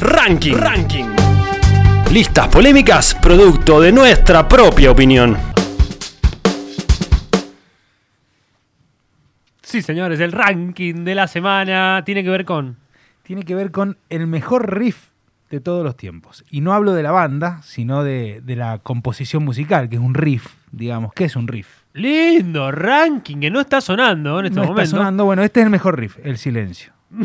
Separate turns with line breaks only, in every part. Ranking. Ranking. Listas polémicas, producto de nuestra propia opinión.
Sí, señores, el ranking de la semana tiene que ver con.
Tiene que ver con el mejor riff de todos los tiempos. Y no hablo de la banda, sino de, de la composición musical, que es un riff, digamos. ¿Qué es un riff?
Lindo ranking que no está sonando en este
no
momento.
está sonando. Bueno, este es el mejor riff, el silencio.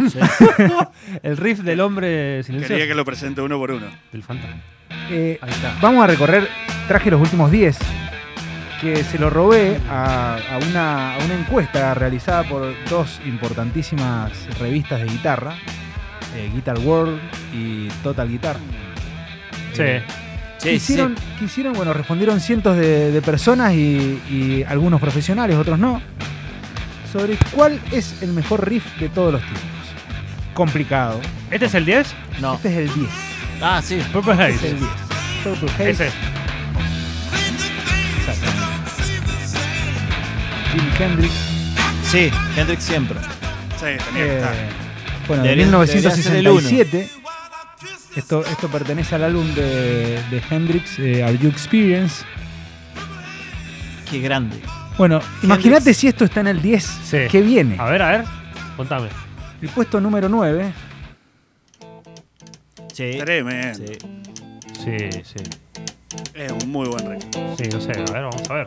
el riff del hombre silencioso.
Quería que lo presente uno por uno.
Del fantasma.
Eh,
Ahí está.
Vamos a recorrer, traje los últimos 10, que se lo robé a, a una, a una encuesta realizada por dos importantísimas revistas de guitarra, eh, Guitar World y Total Guitar. Eh,
Sí.
quisieron, quisieron, bueno, respondieron cientos de, de personas y, y algunos profesionales, otros no, sobre cuál es el mejor riff de todos los tiempos. Complicado.
¿Este es el 10?
No.
Este es el 10.
Ah, sí.
Purple
Este es
Haze.
el 10. Purple Haze.
Ese.
Jimi Hendrix.
Sí, Hendrix siempre.
Sí, tenía que
eh,
estar.
bueno, de
Debería-
1967. Esto, esto pertenece al álbum de, de Hendrix, eh, Are You Experience.
Qué grande.
Bueno, imagínate si esto está en el 10,
Sí.
¿qué viene?
A ver, a ver. Contame.
El puesto número 9, eh,
Sí.
Tremendo.
Sí.
Sí, sí.
Es un muy buen rey.
Sí, no sé. A ver, vamos a ver.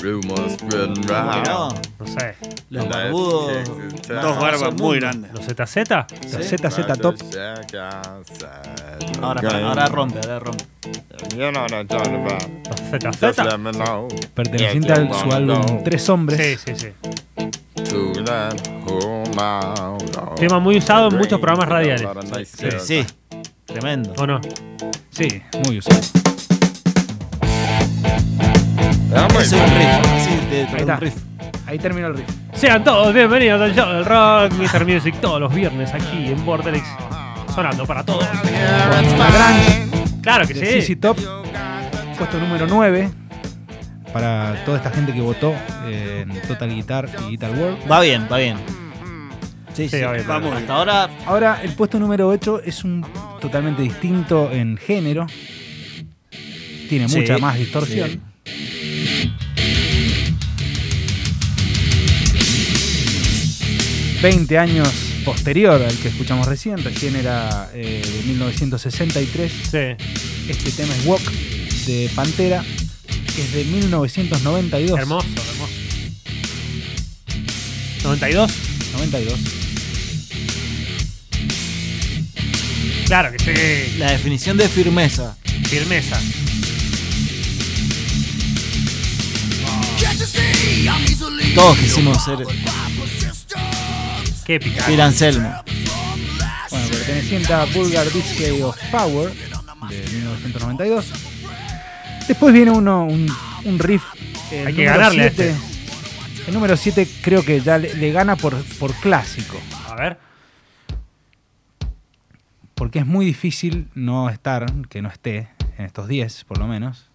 Rumors spreading
¿Cómo que no?
round.
No sé.
Los
That
barbudos.
Texas
Dos
town.
barbas muy grandes.
¿Los ZZ?
Sí.
ZZ Top.
Shack outside.
Ahora,
Okay.
ahora rompe, ahora rompe.
You know what I'm talking about.
¿Los
Just
ZZ?
let me know.
Perteneciente a su álbum Tres Hombres.
Sí, sí, sí.
To that home out on
Tema muy usado en muchos
green.
programas radiales.
A lot of nice girls.
Sí, tremendo.
¿O no?
Sí, muy usado.
Ah, muy
Ese es un riff. Sí, de-
Ahí
de
está.
un riff.
Ahí terminó el riff.
Sean todos bienvenidos al show del rock, Mr. Music, todos los viernes aquí en Borderlands. Sonando para todos.
La Grange
Claro que
de
sí.
ZZ Top. Puesto número 9. Para toda esta gente que votó eh, en Total Guitar y Guitar World.
Va bien, va bien. Sí,
Sí,
sí.
va bien, va
bien.
Hasta ahora,
Ahora, el puesto número 8 es un totalmente distinto en género. Tiene
Sí,
mucha más distorsión.
sí.
...20 años posterior al que escuchamos recién, recién era eh, de 1963,
Sí.
este tema es Walk de Pantera, es de 1992.
Hermoso, hermoso. 92.
92.
Claro que sí.
la definición de firmeza.
Firmeza.
Todos quisimos ser
Qué épica.
Phil Anselmo.
Bueno, perteneciente a Vulgar Display of Power de 1992. Después viene uno, un, un riff. el
Hay que
número
ganarle a este.
siete. El número 7 creo que ya le, le gana por, por clásico,
A ver.
porque es muy difícil no estar, que no esté, en estos 10 por lo menos.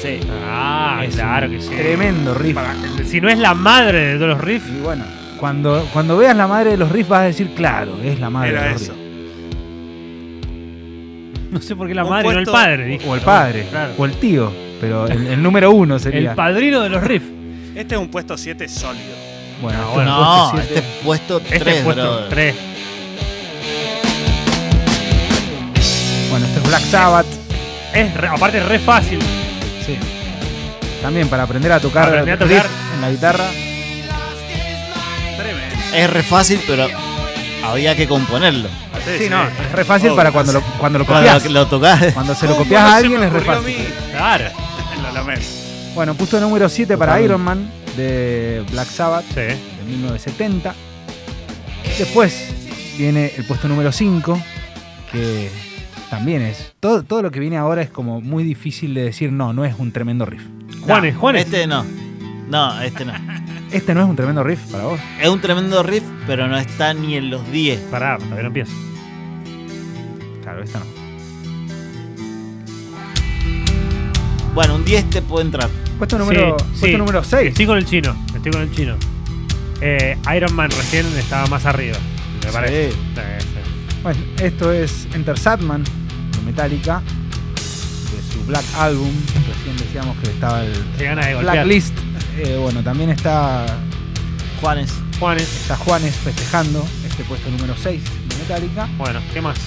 Sí.
Ah,
Es
claro
un
que sí.
Tremendo riff.
Para- Si no es la madre de todos los riffs,
Y bueno, cuando, cuando veas la madre de los riffs vas a decir, claro, es la madre de
Era
los
eso.
riffs.
no sé por qué la
Un
madre, no el
puesto-
padre. dije.
O el padre,
Claro.
o el tío, pero el, el número uno sería.
El padrino de los riffs.
Este es un puesto 7 sólido.
Bueno,
No,
este
No,
puesto
este
siete-
es puesto
Este
3,
es puesto 3.
Bueno, este es Black Sabbath.
Es re- aparte es re fácil.
Sí. También para aprender a tocar,
Aprender a tocar.
riff en la guitarra.
Tremendo.
Es re fácil, pero había que componerlo.
Sí, no, es re fácil para cuando lo, cuando lo
Cuando
copias.
lo, lo tocás.
Cuando se lo copias a alguien es re
refacto.
fácil.
Claro.
Lo lamento.
Bueno, puesto número 7 para Iron Man de Black Sabbath
Sí.
de 1970. Después viene el puesto número 5, que también es. Todo, todo lo que viene ahora es como muy difícil de decir, no, no es un tremendo riff.
Juanes, Juanes.
Este no. No, este no.
Este no es un tremendo riff para vos.
Es un tremendo riff, pero no está ni en los 10.
Pará, todavía no empiezo.
Claro, esta no.
Bueno, un 10 te puede entrar.
Puesto número,
Sí,
puesto
sí.
número 6.
Estoy con el chino. Estoy con el chino. Eh, Iron Man recién estaba más arriba. Me
Sí.
parece. Sí, sí.
Bueno, esto es Enter Satman de Metallica, de su Black Album. Recién decíamos que estaba el
Se gana de golpear.
Blacklist. Eh, bueno, también está,
Juanes.
Juanes.
está Juanes festejando este puesto número 6 de Metallica.
Bueno, ¿qué más?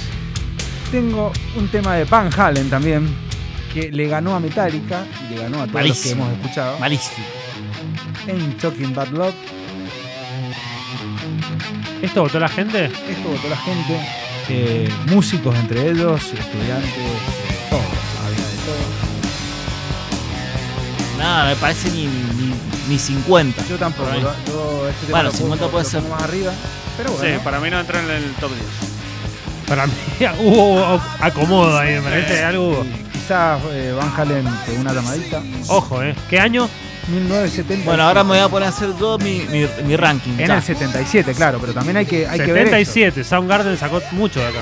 Tengo un tema de Van Halen también, que le ganó a Metallica y le ganó a todos
Malísimo.
los que hemos escuchado.
Malísimo.
Ain't Talking Bad Love.
¿Esto votó la gente?
Esto votó la gente, eh, músicos entre ellos, estudiantes, eh, todo, había de todo.
Nada, me parece ni, ni, ni 50.
Yo tampoco,
Por ahí.
lo- yo este tema
Bueno,
lo
50
pongo-
puede
lo
ser.
pongo más arriba, pero
Sí,
bueno.
para mí no entró en el top 10.
Para mí hubo acomodo ahí, me parece. Algo hubo.
y Quizás eh, Van Halen pegó una tamadita.
Ojo, ¿eh? ¿Qué año?
1970.
Bueno, ahora me voy a poner a hacer yo mi, mi, mi ranking.
En
ya.
el 77, claro, pero también hay que, hay que ver. esto.
77. Soundgarden sacó mucho de acá.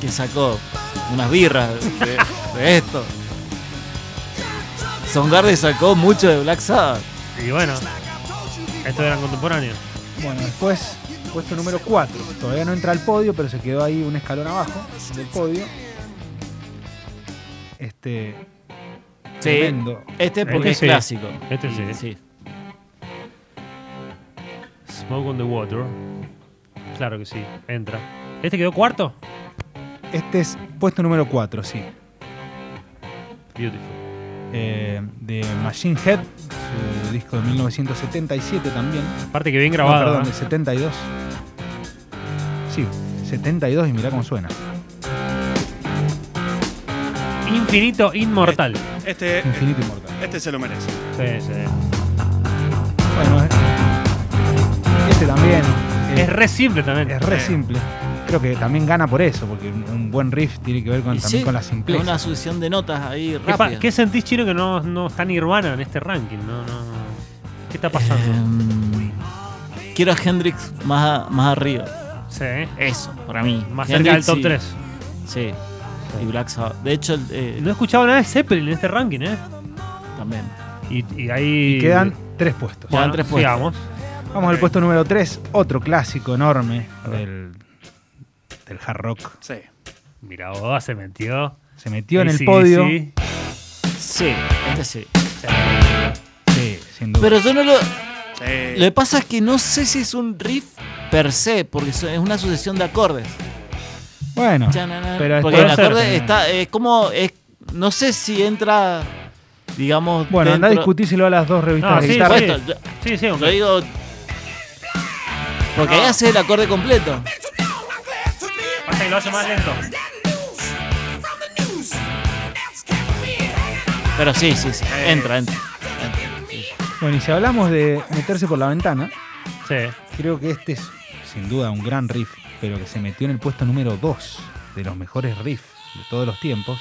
que sacó unas birras de, de esto. Soundgarden sacó mucho de Black Sabbath.
Y bueno, estos eran contemporáneos.
Bueno, después, puesto número 4. Todavía no entra al podio, pero se quedó ahí un escalón abajo del podio. Este. Tremendo.
Este
Este
porque es
sí.
clásico.
Este
Y
sí. Smoke on the Water. Claro que sí, entra. ¿Este quedó cuarto?
Este es puesto número 4, sí.
Beautiful.
Eh, de Machine Head, su disco de 1977 también.
Aparte que bien
No,
grabado.
perdón,
¿no?
de 72. Sí, 72 y mirá cómo suena.
Infinito Inmortal.
Este,
Infinito Inmortal.
este se lo merece.
Sí, sí.
Bueno, eh, este también. eh,
Es re simple también.
Es re
Sí.
simple. Creo que también gana por eso, porque un, un buen riff tiene que ver con,
Y
también
sí,
con la
es
simpleza.
una sucesión de notas ahí
¿Qué, pa-
rápida.
qué sentís, Chino, que no, no está Nirvana en este ranking? No, no, no. ¿Qué está pasando?
Em, quiero a Hendrix más, a- más arriba.
Eh,
sí. ¿eh?
Eso, para mí.
Más cerca del
Hendrix
top
y-
3.
Sí. Y Black Sabbath. De hecho, el- eh,
No he escuchado nada de Zeppelin en este ranking, ¿eh?
también.
Y, y ahí.
Y quedan tres puestos.
Quedan tres puestos.
sigamos.
Vamos al puesto número 3, otro clásico enorme del, del hard rock.
Sí.
Mira vos, se metió.
Se metió en el
AC/DC.
podio.
Sí, este sí.
Sí, sin duda.
Pero yo no lo.
Sí.
Lo que pasa es que no sé si es un riff per se, porque so- es una sucesión de acordes.
bueno,
Chanana.
pero
porque
después-
el acorde
Puede ser.
está. Es como. Es, no sé si entra. Digamos.
bueno anda a
dentro-
discutírselo a las dos revistas
No,
de
sí,
guitarra.
Supuesto, yo-
Sí, sí,
Yo
aunque.
digo. Porque ahí hace el acorde completo.
Pasa que lo hace más lento.
Pero sí, sí, sí. Entra, entra.
Bueno, y si hablamos de meterse por la ventana,
Sí.
creo que este es sin duda un gran riff, pero que se metió en el puesto número 2 de los mejores riffs de todos los tiempos.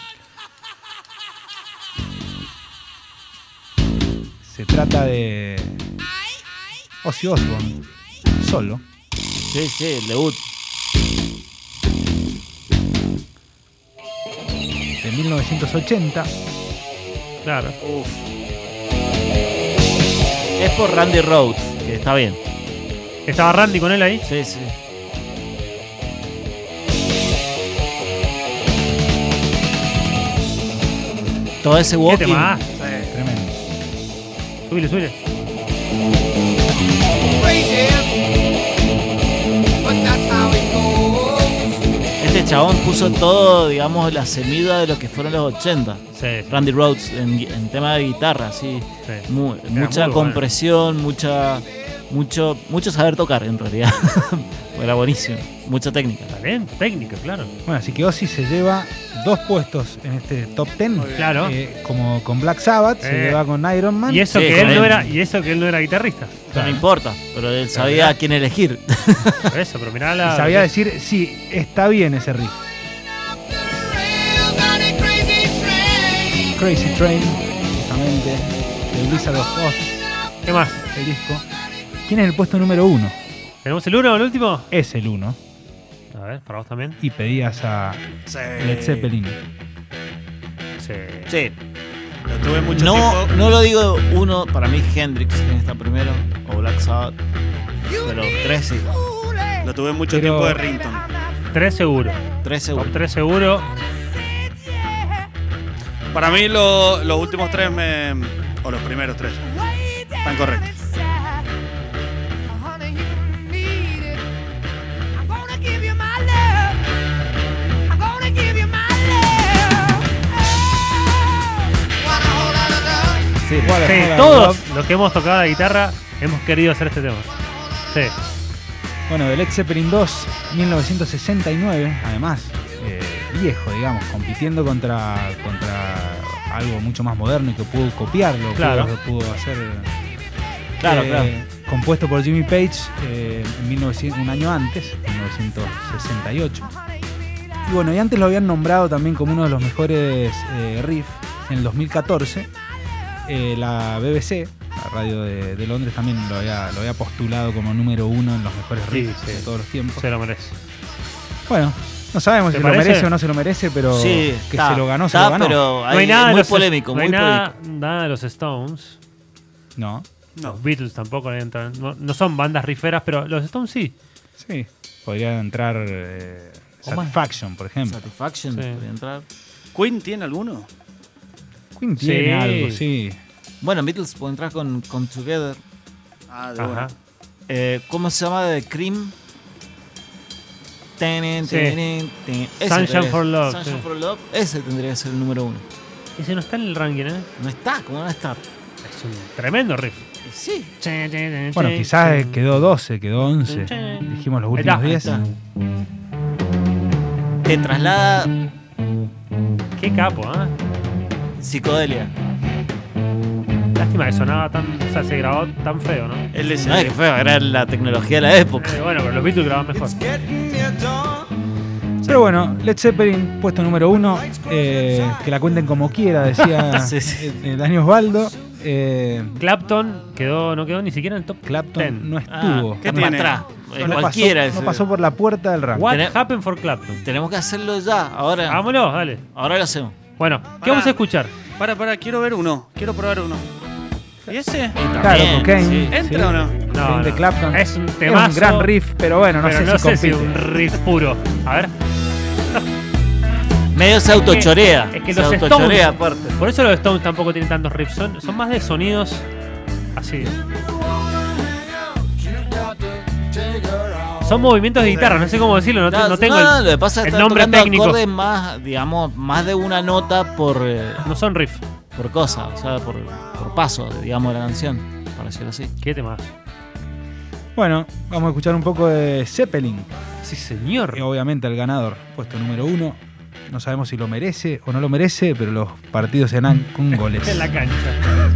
Se trata de Ozzy Osbourne, solo.
Sí, sí, el debut.
de 1980.
Claro.
Uf.
Es por Randy Rhodes, que está bien.
Estaba Randy con él ahí.
Sí, sí. Todo ese
¿Qué
walking.
tema? Ah,
Sí.
Tremendo.
Subile, subile.
Este chabón puso todo, digamos, la semilla de lo que fueron los 80.
Sí.
Randy Rhodes en, gui- en tema de guitarra, sí.
Sí.
Mu-
muy
mucha
bueno.
compresión, mucha, mucho, mucho saber tocar en realidad. Era buenísimo. Mucha técnica.
Talento, técnica, claro.
Bueno, así que Ozzy se lleva dos puestos en este top 10.
Claro.
Eh, como con Black Sabbath, se
Eh.
lleva con Iron Man.
Y eso
Sí,
que él
con
no
él.
era, y eso que él no era guitarrista.
No importa, pero él sabía a quién elegir.
Por eso, pero mirá
Y
la.
sabía decir, sí, está bien ese riff. Crazy Train, justamente, de Blizzard of Oz,
¿Qué más?
el disco. ¿Quién es el puesto número uno?
¿Tenemos el uno o el último?
Es el uno.
A ver, para vos también.
Y pedías a
Sí.
Led Zeppelin.
Sí.
Sí.
Lo tuve mucho
No,
tiempo.
no lo digo uno, para mí Hendrix tiene esta primero, o Black Sabbath, pero tres sí.
Lo tuve mucho
Pero-
tiempo de Rington.
Tres seguro.
Tres
Top
segundos.
tres seguro.
Para mí lo- los últimos tres me. O los primeros tres. Están correctos.
Sí, ¿cuál es?
Sí,
Hola,
todos
Rob.
los que hemos tocado la guitarra hemos querido hacer este tema. Sí.
Bueno, del Led Zeppelin 2, 1969, además, eh, viejo, digamos, compitiendo contra, contra algo mucho más moderno y que pudo copiarlo,
Claro.
pudo, pudo hacer.
Claro,
eh,
claro.
Compuesto por Jimmy Page eh, en 1900 un año antes, 1968. Y bueno, y antes lo habían nombrado también como uno de los mejores eh, riffs en el 2014. eh, la BBC, la radio de, de Londres, también lo había, lo había postulado como número uno en los mejores
Sí,
riffs
sí.
de todos los tiempos.
Se lo merece.
Bueno, no sabemos
¿Te
si lo
parece?
merece o no se lo merece, pero
Sí,
que
está,
se lo ganó, se
está,
lo ganó.
pero
no hay
hay-
nada de
muy
los-
polémico,
no
muy
hay nada,
polémico.
nada de los Stones.
No,
No.
Los Beatles tampoco entran. No, no son bandas riferas, pero los Stones sí.
sí. Podría entrar eh,
O más.
Satisfaction, por ejemplo.
Satisfaction,
Sí.
podría entrar.
¿Queen tiene alguno?
Queen
Sí.
tiene algo, sí.
Bueno, Beatles puede entrar con Come Together.
Ah, de
Ajá.
una.
Eh, ¿Cómo se llama? De Cream. Tenen,
Sí.
tenen, tenen. Ese
Sunshine
tendría-
for Love,
Sunshine
sí.
for Love. Ese tendría que ser el número uno.
Ese no está en el ranking, ¿eh?
No está, ¿cómo no va a estar?
Es un tremendo riff.
Y sí.
Bueno, quizás eh, quedó 12, quedó 11.
Sí.
Dijimos los
Ahí está,
últimos
ahí
10.
está. Te traslada
Qué capo, ¿ah?
psicodelia.
Lástima que sonaba tan. O sea, se grabó tan feo, ¿no? Eh,
Él es
No es que fue agarrar la tecnología de la época.
bueno, pero los Beatles grababan mejor.
Pero bueno, Led Zeppelin, puesto número uno, eh, que la cuenten como quiera, decía
Ah.
Sí, sí.
eh, eh, Dani Osvaldo. Eh,
Clapton quedó, no quedó ni siquiera en el top
Clapton
10.
no
Ah,
estuvo.
¿qué
no
tiene?
atrás. Eh,
No, no
cualquiera.
pasó,
ese.
no pasó por la puerta del rango.
What
Tené-
happened for Clapton?
Tenemos que hacerlo ya, ahora.
Vámonos, dale.
Ahora lo hacemos.
Bueno, ¿qué vamos a escuchar?
Para, para, quiero ver uno. Quiero probar uno. ¿Y ese?
Claro,
Bien,
con Kane.
sí.
¿Entra o no?
Kane de Clapton.
Es un
Es
temazo.
un gran riff, pero bueno, no
pero
sé
no
si
sé
compite.
si un riff puro. A ver.
Medio se autochorea.
Es que
se
los
autochorea
Stones.
aparte.
Por eso los Stones tampoco tienen tantos riffs. Son, son más de sonidos así. Son movimientos de guitarra, no sé cómo decirlo, no, te- no tengo
no,
el,
lo que pasa es que
el
están
nombre
tocando
técnico.
acordes más, digamos, más de una nota por, eh,
No son riffs.
por cosa, o sea, por, por paso, digamos, de la canción, para decirlo así.
¿Qué tema?
Bueno, vamos a escuchar un poco de Zeppelin.
Sí, señor.
Y obviamente el ganador, puesto número uno. No sabemos si lo merece o no lo merece, pero los partidos se dan con goles.
En la cancha.